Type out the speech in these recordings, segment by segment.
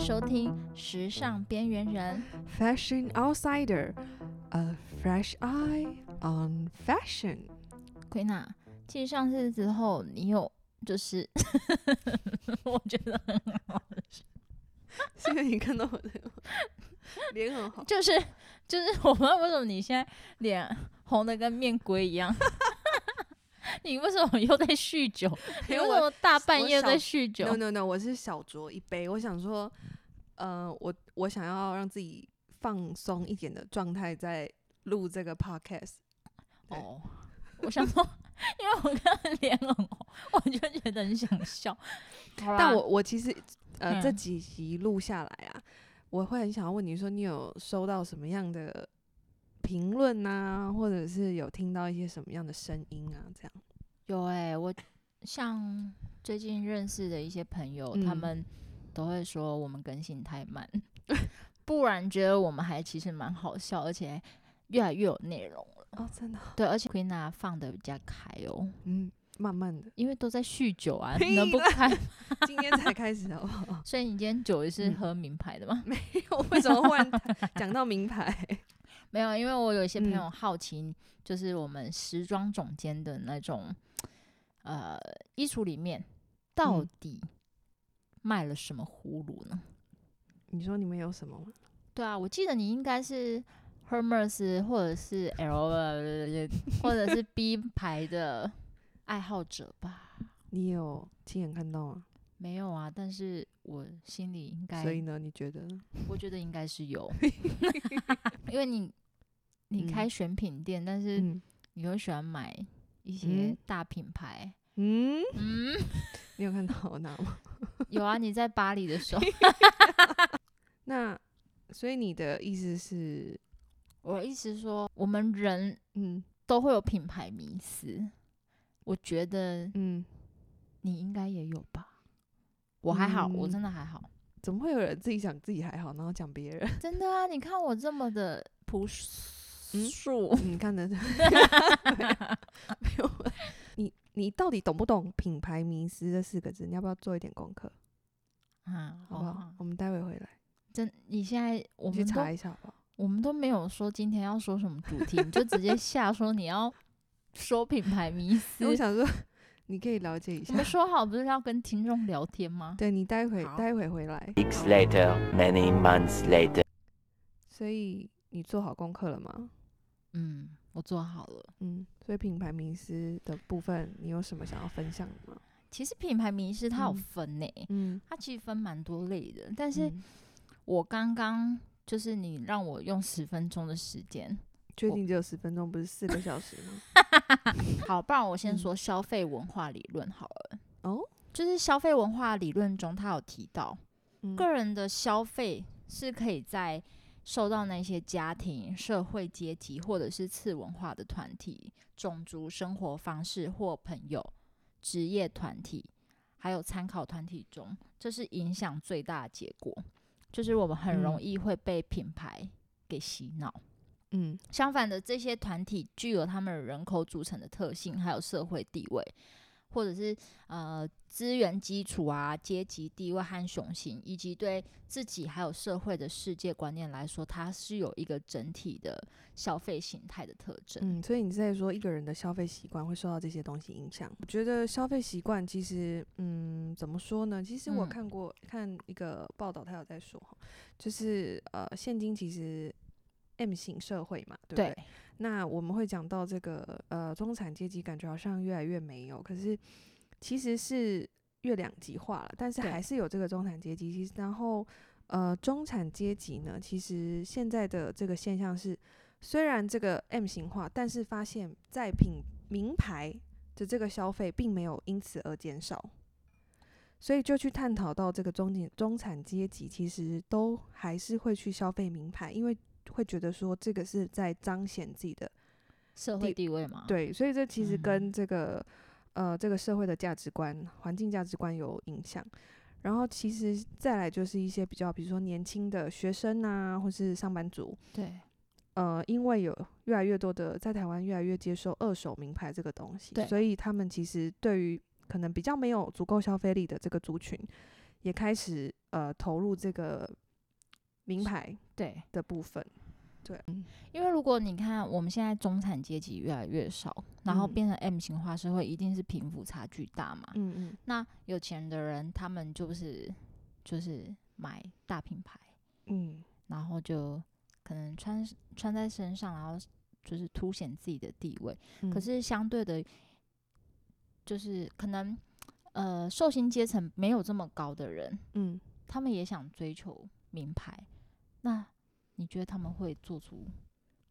收听《时尚边缘人 Fashion Outsider, a fresh eye on fashion。》。 奎娜，其实上次之后，你有就是， 我觉得很好，现在你看到我的脸很好，就是就是，我不知道为什么你现在脸红的跟面龟一样。 你为什么又在酗酒？你为什我么大半我夜在想酗酒 no？no no，我是小酌一杯，我想说，呃，我我想要让自己放松一点的状态，在录这个 podcast。对哦，我想说，因为我看脸很红，我就觉得很想笑。但我我其实呃、这嗯几集录下来啊，我会很想要问你说，你有收到什么样的评论呐，或者是有听到一些什么样的声音啊？这样，有哎、我像最近认识的一些朋友，他嗯们都会说我们更新太慢， 不然觉得我们还其实蛮好笑，而且越来越有内容了。哦，真的哦，对，而且 Queen a 放的比较开哦，，嗯，慢慢的因为都在酗酒啊，屁能不啦开？ 今天才开始好不 好？ 所以你今天酒也是嗯喝名牌的吗？我为什么忽然讲到名牌？ 没有，因为我有一些朋嗯友好奇，就是我们时装总监的那种呃衣橱里面到嗯底卖了什么葫芦呢？你说你们有什么吗？对啊，我记得你应该是 Hermes 或者是 L 或者是 B 牌的爱好者吧？你有亲眼看到吗？没有啊，但是我心里应该所，以呢，你觉得呢？我觉得应该是 有，因为你你嗯开选品店，但是嗯你又喜欢买一些嗯大品牌，嗯，嗯， 你有看到我拿吗？ 有啊，你在巴黎的时候，那所以你的意思是，我意思说，我们人嗯都会有品牌迷思，我觉得嗯，你应该也有吧？我还好，我嗯真的还好，怎么会有人自己讲自己还好，然后讲别 人？真的啊！你看我这么的朴素，嗯你看的没有啊？ 你你到底懂不懂“品牌迷失”这四个字？你要不要做一点功课， 啊，嗯好不好？啊我们待会回来真，你现在我你去们都查一下，好不好？我们都没有说今天要说什么主题，你就直接下说你要说品牌迷思 因为。我想说，你可以了解一我下们。说好不是要跟听众聊天吗？对你待会好待会回来， Weeks later, many months later. 所以你做好功课了吗？嗯，我做好了。嗯，所以品牌迷失的部分，你有什么想要分享的吗？其实品牌迷失它有嗯分呢、嗯，它其实分蛮多类的，但是嗯我刚刚就是你让我用十分钟的时间，确我定只有十分钟，不是四个小时 吗？好，不然我先嗯说消费文化理论好了。哦，就是消费文化理论中，它有提到嗯个人的消费是可以在受到那些家庭、社会阶级或者是次文化的团体、种族、生活方式或朋友、职业团体，还有参考团体中，这是影响最大的结果。就是我们很容嗯易会被品牌给洗脑。嗯相反的，这些团体具有他们人口组成的特性，还有社会地位，或者是呃资源基础啊、阶级地位和雄心，以及对自己还有社会的世界观念来说，它是有一个整体的消费形态的特征。嗯，所以你在说一个人的消费习惯会受到这些东西影响。我觉得消费习惯其实，嗯，怎么说呢？其实我嗯看过、看一个报道，他有在说，就是呃，现今其实 M 型社会嘛，对不对？对，那我们会讲到这个呃，中产阶级感觉好像越来越没有，可是其实是越两极化了，但是对还是有这个中产阶级。其实然后呃，中产阶级呢，其实现在的这个现象是，虽然这个 M 型化，但是发现在品名牌的这个消费并没有因此而减少。所以就去探讨到这个中间中产阶级，其实都还是会去消费名牌，因为会觉得说这个是在彰显自己的社会地地位嘛，，对，所以这其实哦嗯跟这个、呃这个社会的价值观、环境价值观有影响。然后其实再来就是一些比较，比如说年轻的学生啊，或是上班族，对，呃，因为有越来越多的在台湾越来越接受二手名牌这个东西对，所以他们其实对于可能比较没有足够消费力的这个族群，也开始呃投入这个名牌对，的部分。对，因为如果你看我们现在中产阶级越来越少，然后嗯变成 M 型化社会，一定是贫富差距大嘛。嗯嗯，那有钱的人，他们就是就是买大品牌，嗯，然后就可能穿穿在身上，然后就是凸显自己的地位。嗯可是相对的，就是可能呃，受薪阶层没有这么高的人，嗯，他们也想追求名牌，那你觉得他们会做出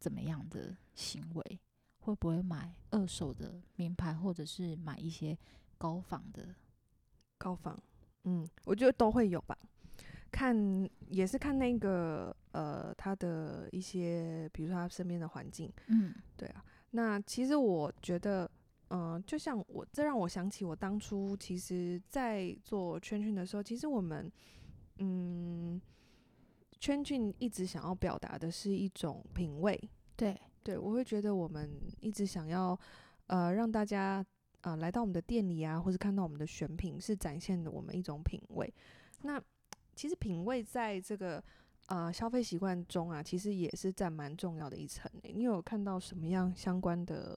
怎么样的行为？会不会买二手的名牌，或者是买一些高仿的？高仿，嗯，我觉得都会有吧。看也是看那个呃，他的一些，比如说他身边的环境，嗯对啊。那其实我觉得，嗯、就像我，这让我想起我当初其实，在做圈圈的时候，其实我们，嗯，圈圈一直想要表达的是一种品味，对，对，我会觉得我们一直想要，呃，让大家呃来到我们的店里啊，或是看到我们的选品，是展现的我们一种品味。那其实品味在这个呃消费习惯中啊，其实也是占蛮重要的一层、欸。你有看到什么样相关的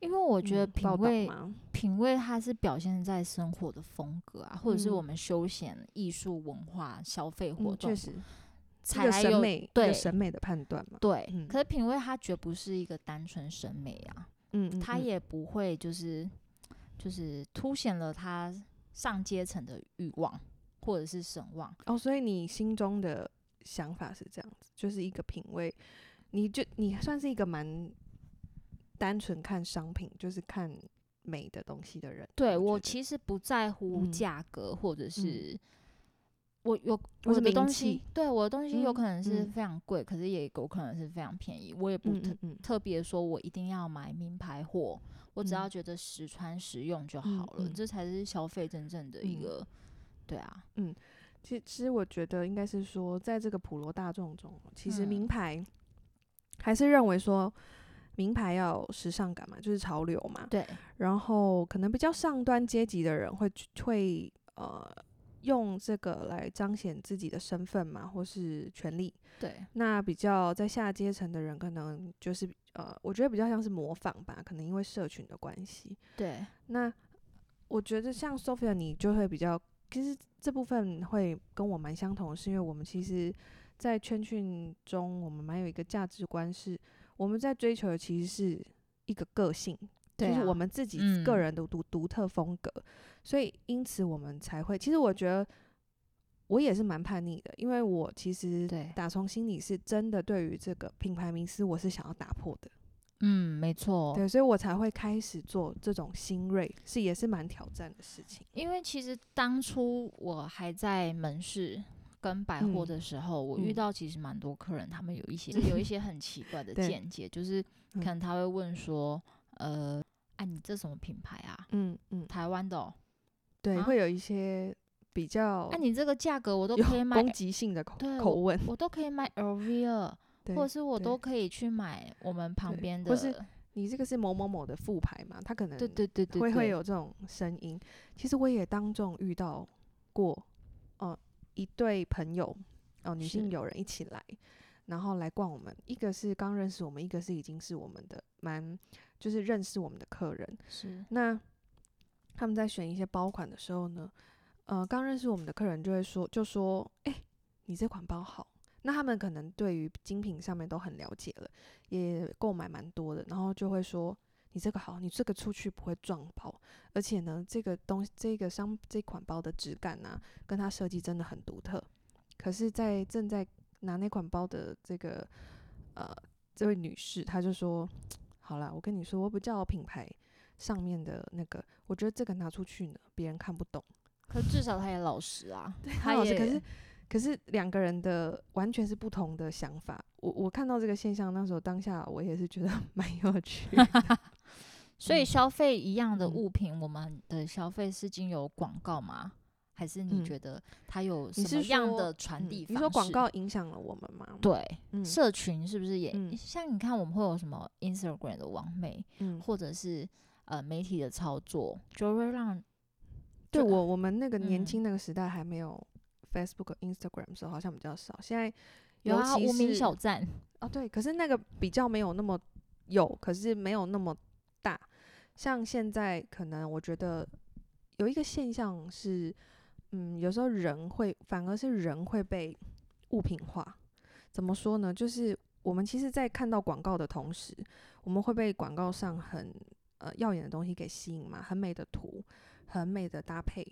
因为我我觉得品味、嗯吗？品味它是表现在生活的风格啊，或者是嗯我们休闲、艺术、文化、消费活动，嗯，确实，这才个来审有美一个对审美的判断嘛。对。嗯可是品味它绝不是一个单纯审美啊，嗯，嗯它嗯也不会就是就是凸显了他上阶层的欲望或者是神望。哦，所以你心中的想法是这样子，就是一个品味，你就你算是一个蛮单纯看商品，就是看美的东西的人。对你我觉得其实不在乎嗯价格，或者是我有或我是的名东西气，对我的东西有嗯可能是嗯非常贵，可是也有可能是非常便宜。我也不嗯特嗯嗯特别说我一定要买名牌货，我只要嗯觉得实穿实用就嗯好了，嗯这才是消费真正的一嗯个。对啊，其实我觉得应该是说，在这个普罗大众中，其实名嗯牌还是认为说。名牌要时尚感嘛，就是潮流嘛。对，然后可能比较上端阶级的人会去会呃用这个来彰显自己的身份嘛，或是权利。对，那比较在下阶层的人，可能就是呃，我觉得比较像是模仿吧，可能因为社群的关系。对，啊那我觉得像 Sophia，你就会比较，其实这部分会跟我蛮相同，是因为我们其实，在圈圈中，我们蛮有一个价值观是，我们在追求的其实是一个个性，对就是啊我们自己嗯个人的独独特风格，所以因此我们才会，其实我觉得。我也是蛮叛逆的，因为我其实对打从心里是真的对于这个品牌名词，我是想要打破的。嗯，没错。对，所以我才会开始做这种新锐，是也是蛮挑战的事情。因为其实当初我还在门市跟百货嗯的时候，我遇嗯到其实蛮多客人，他们有一些 有一些很奇怪的对嗯见解，就是可能他会问说，呃，啊，你这什么品牌啊？嗯嗯，台湾的、哦，对，啊会有一些比较啊，你这个价格我都有可以买攻，击性的口对口吻，我都可以买 LV 了，对或者，是我对都可以去买我们旁对边或的，是你这个是某某某的副牌嘛，他可能对对对对，会会对有这种声音。其实我也当众遇到过，哦、一对朋友，哦、女是性友人一起来，然后来逛我们，一个是刚认识我们，一个是已经是我们的蛮就是认识我们的客人，是，那他们在选一些包款的时候呢，呃，刚认识我们的客人就会说，就说，哎、你这款包好。那他们可能对于精品上面都很了解了，也购买蛮多的，然后就会说你这个好，你这个出去不会撞包，而且呢，这个东这个商这款包的质感啊，跟它设计真的很独特。可是，在正在拿那款包的这个呃这位女士，她就说，好啦，我跟你说，我比较品牌上面的那个，我觉得这个拿出去呢，别人看不懂。可至少他也老实啊，他老师也可是可是两个人的完全是不同的想法。我我看到这个现象，那时候当下我也是觉得 蛮有趣的。所以嗯消费一样的嗯物品，我们的消费是经由广告吗？还是你嗯觉得它有你什么是样说的传嗯递、你说广告？影响了我们吗？，对，嗯社群是不是也、嗯像你看我们会有什么 Instagram 的网媒，嗯，或者是呃媒体的操作，就会让对就我我们那个年嗯轻那个时代还没有 Facebook、Instagram 的时候，好像比较少。现在有尤啊，其无名是小 站，哦，对，可是那个比较没有那么有，可是没有那么大。像现在可能我觉得有一个现象是，嗯，有时候人会反而是人会被物品化。怎么说呢？就是我们其实，在看到广告的同时，我们会被广告上很呃耀眼的东西给吸引嘛，很美的图，很美的搭配。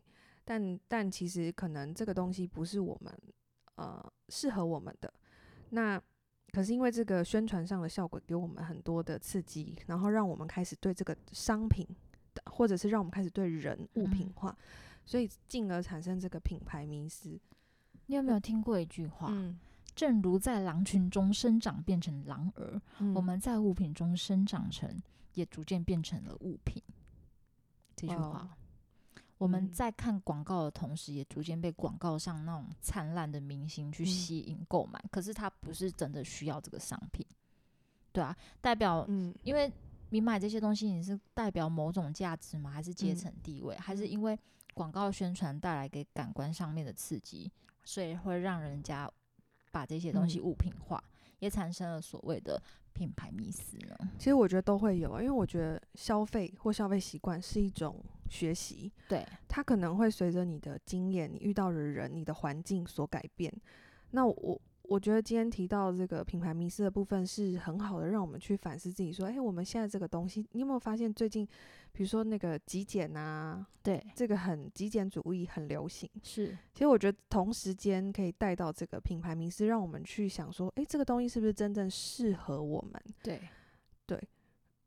但但其实可能这个东西不是我们呃适合我们的。那可是因为这个宣传上的效果给我们很多的刺激，然后让我们开始对这个商品的，或者是让我们开始对人物品嗯化，所以进而产生这个品牌迷思。你有没有听过一句话？嗯，正如在狼群中生长变成狼儿，我嗯们在物品中生长成，也逐渐变成了物品。这句哇话哦，我们嗯在看广告的同时，也逐渐被广告上那种灿烂的明星去嗯吸引购买。可是他不是真的需要这个商品，对啊，代表嗯因为你买这些东西，你是代表某种价值吗？还是阶嗯层地位？还是嗯因为广告宣传带来给感官上面的刺激，所以会让人家把这些东西嗯物品化，也产生了所谓的品牌迷思呢？其实我觉得都会有啊，因为我觉得消费或消费习惯是一种学习，对，它可能会随着你的经验、你遇到的人、你的环境所改变。那我我觉得今天提到这个品牌迷失的部分是很好的，让我们去反思自己，说，哎、我们现在这个东西，你有没有发现最近，比如说那个极简啊，对，这个很极简主义很流行。是，其实我觉得同时间可以带到这个品牌名师，让我们去想说，哎、这个东西是不是真正适合我们？对，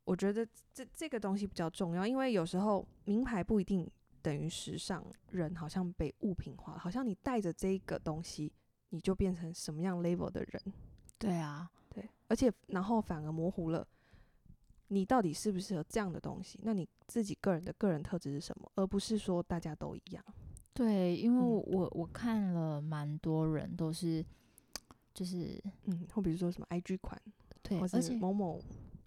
我觉得这这个东西比较重要，因为有时候名牌不一定等于时尚，人好像被物品化，好像你带着这一个东西，你就变成什么样 level 的人，对啊，对，而且然后反而模糊了你到底适不适合这样的东西，那你自己个人的个人特质是什么，而不是说大家都一样，对，因为嗯我我看了蛮多人都是，就是嗯，或比如说什么 IG 款，对，或而且是某某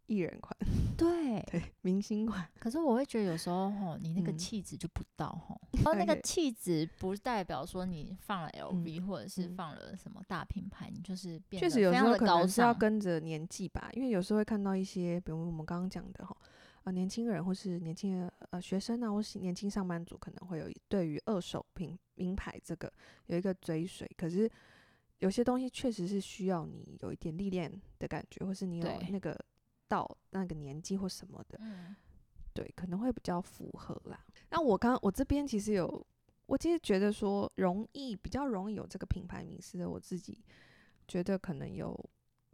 艺人款， 对，对，明星款，可是我会觉得有时候吼，你那个嗯气质就不到 吼，然后那个 OK 气质不代表说你放了 LV、或者是嗯放了什么大品牌，你就是变确得实有非时常候的可高能是要尚。跟着年纪吧，因为有时候会看到一些，比如我们刚刚讲的哈，呃，年轻人或是年轻的呃学生啊，或是年轻上班族，可能会有一对于二手品名牌这个有一个追随，可是有些东西确实是需要你有一点历练的感觉，或是你有对那个到那个年纪或什么的，嗯，对，可能会比较符合啦。那我刚我这边其实有，我其实觉得说容易比较容易有这个品牌名词的，我自己觉得可能有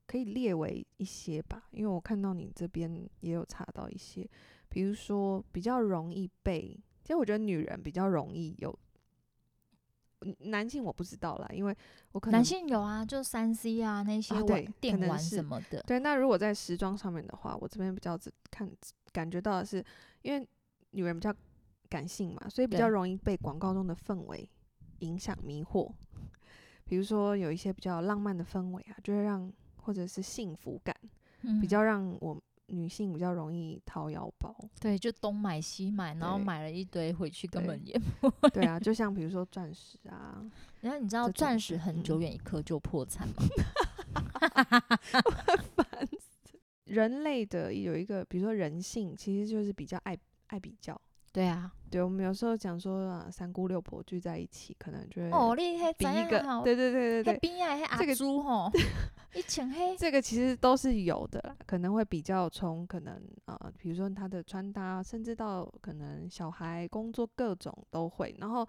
可以列为一些吧，因为我看到你这边也有查到一些，比如说比较容易被，其实我觉得女人比较容易有，嗯男性我不知道啦，因为我可能男性有啊，就三 C 啊那些啊玩、对可电能玩是什么的，对，那如果在时装上面的话，我这边比较只看感觉到的是，因为女人比较感性嘛，所以比对较容易被广告中的氛围影响迷惑。比如说有一些比较浪漫的氛围啊，就会让或者是幸福感，嗯比较让我女性比较容易掏腰 包。对，就东买西买，然后对买了一堆回去根对本也。对啊，就像比如说钻石啊， 然后你知道这种钻的石很久嗯远一颗就破产吗？人类的有一个，比如说人性，其实就是比较爱爱比较。对啊，对我们有时候讲说啊，三姑六婆聚在一起，可能就会哦，你迄比怎一个样，好？对对对对迄对，边啊，迄 这阿个朱吼，一穿黑，这个其实都是有的啦，可能会比较从可能呃，比如说他的穿搭，甚至到可能小孩工作各种都会，然后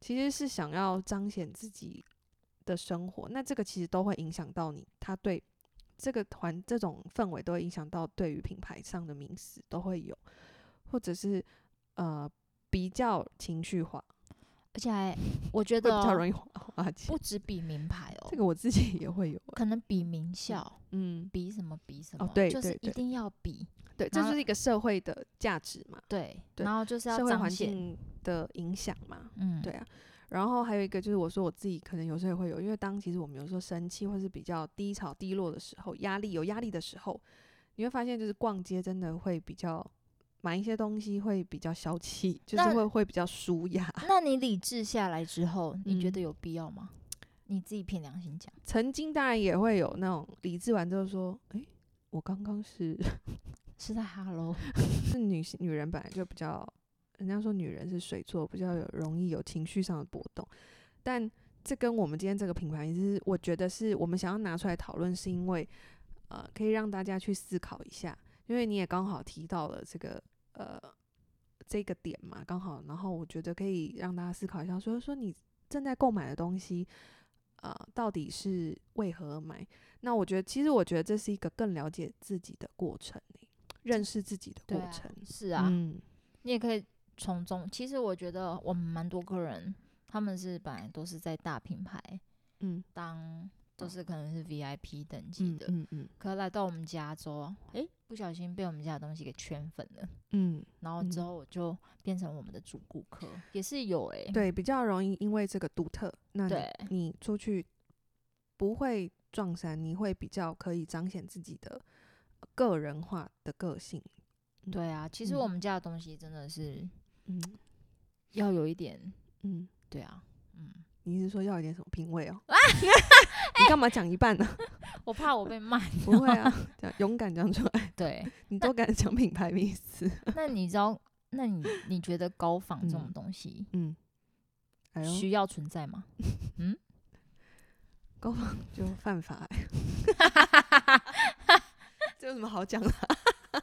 其实是想要彰显自己的生活，那这个其实都会影响到你，他对这个环这种氛围都会影响到对于品牌上的名词都会有，或者是呃比较情绪化，而且还我觉会得比较哦容易 花花钱不。止比名牌哦，这个我自己也会有欸，可能比名校，嗯，比什么比什么，哦对就是对一对定要比对，这然后就是一个社会的价值嘛。对，对然后就是要社会彰环显，境的影响嘛，嗯，对啊。然后还有一个就是，我说我自己可能有时候也会有，因为当其实我们有时候生气或是比较低潮、低落的时候，压力有压力的时候，你会发现就是逛街真的会比较买一些东西会比较消气，就那是会会比较舒压。那你理智下来之后，你觉嗯得有必要吗？你自己凭良心讲，曾经当然也会有那种理智完之后说，诶，我刚刚是 是在 Hello，是女性女人本来就比较，人家说女人是水做，比较有容易有情绪上的波动，但这跟我们今天这个品牌，就是我觉得是我们想要拿出来讨论，是因为呃，可以让大家去思考一下，因为你也刚好提到了这个呃这个点嘛，刚好，然后我觉得可以让大家思考一下，所以说你正在购买的东西。呃，到底是为何而买？那我觉得，其实我觉得这是一个更了解自己的过程欸、认识自己的过 对啊程。是啊，嗯，你也可以从中。其实我觉得我们蛮多个人，他们是本来都是在大品牌嗯当，都是可能是 VIP 等级嗯的，嗯嗯可来到我们家之后，诶、不小心被我们家的东西给圈粉了，嗯，然后之嗯后我就变成我们的主顾客，也是有诶、对，啊比较容易因为这个独特，那你对你出去不会撞衫，你会比较可以彰显自己的个人化的个性。对啊，其实我嗯们家的东西真的是嗯要有一点，嗯，对啊，嗯，你是说要有点什么品味哦？ 你干嘛讲一 半呢、我怕我被骂。 不会啊，讲勇敢讲出来， 对，你都敢讲品牌名词？那你知道，那你你觉得高仿这种嗯东西 嗯，哎呦，需要存在 吗？高仿就犯法、欸， 这有什么好讲的？那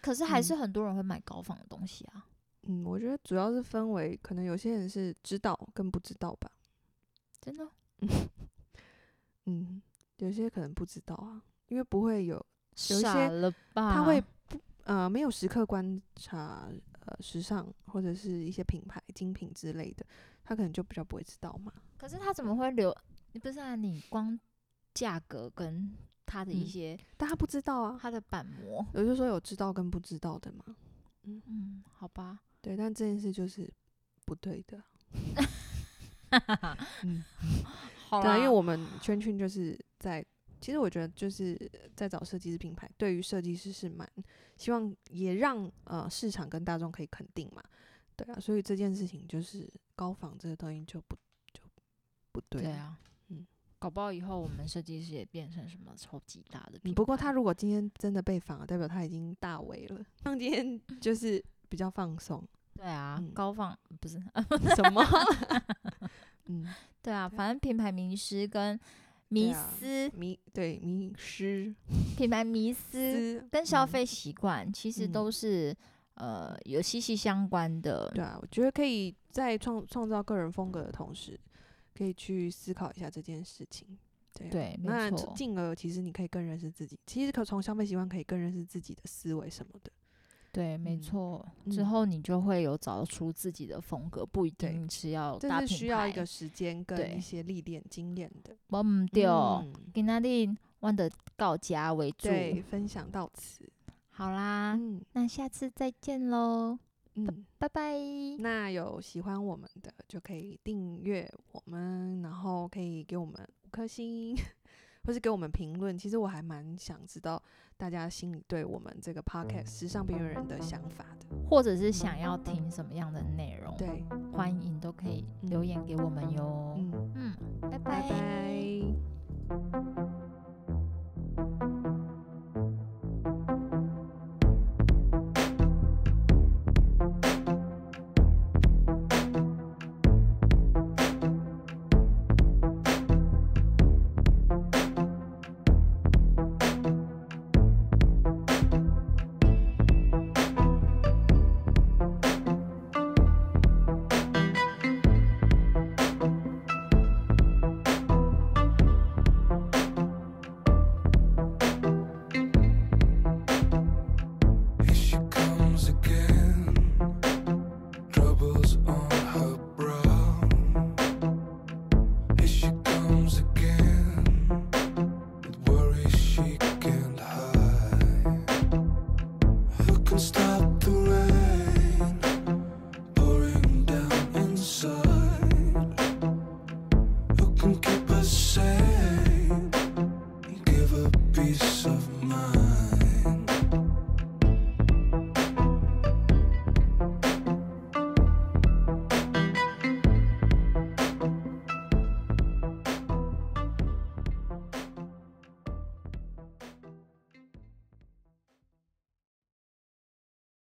可是还嗯是很多人会买高仿的东西啊。嗯，我觉得主要是分为，可能有些人是知道跟不知道吧。真的，嗯，有些可能不知道啊，因为不会有，有一些傻了吧？他会不呃没有时刻观察呃时尚或者是一些品牌精品之类的，他可能就比较不会知道嘛。可是他怎么会留？你不是啊？你光价格跟它的一嗯些、但他不知道啊，它的板模，我就说有知道跟不知道的嘛。嗯，好吧，对，但这件事就是不对的。 嗯， 好对啊，啦，因为我们圈圈就是在，其实我觉得就是在找设计师品牌，对于设计师是蛮希望也让呃市场跟大众可以肯定嘛，对啊，所以这件事情就是高仿这个东西就不就不对对了，啊，嗯嗯，搞不好以后我们设计师也变成什么超级大的品牌。嗯。不过他如果今天真的被仿了，代表他已经大为了，像 今天就是比较放松， 对啊，嗯高仿不是啊什么？ 嗯，对啊，对反正品牌迷失跟迷啊思、迷对迷 失品牌迷思思跟消嗯费习惯其实嗯都是、呃有息息相关的。对啊，我觉得可以在创创造个人风格的同时，可以去思考一下这件事情。对啊、对没那错进而其实你可以更认识自己，其实可从消费习惯可以更认识自己的思维什么的。对没嗯错、之嗯后你就会有找出自己的风格，不一对定是要大这是品牌。需要一个时间对跟一些历练经验的。我唔对，哦嗯今仔日我的到家为主。啊对，分享到此。好啦、嗯那下次再见喽，嗯，拜拜。那有喜欢我们的就可以订阅我们，然后可以给我们五颗星， 或是给我们评论。其实我还蛮想知道大家心里对我们这个 podcast《时尚边缘人》的想法的。或者是想要听什么样的内容，对，欢迎都可以留言给我们哟。嗯，嗯嗯，拜拜拜。拜。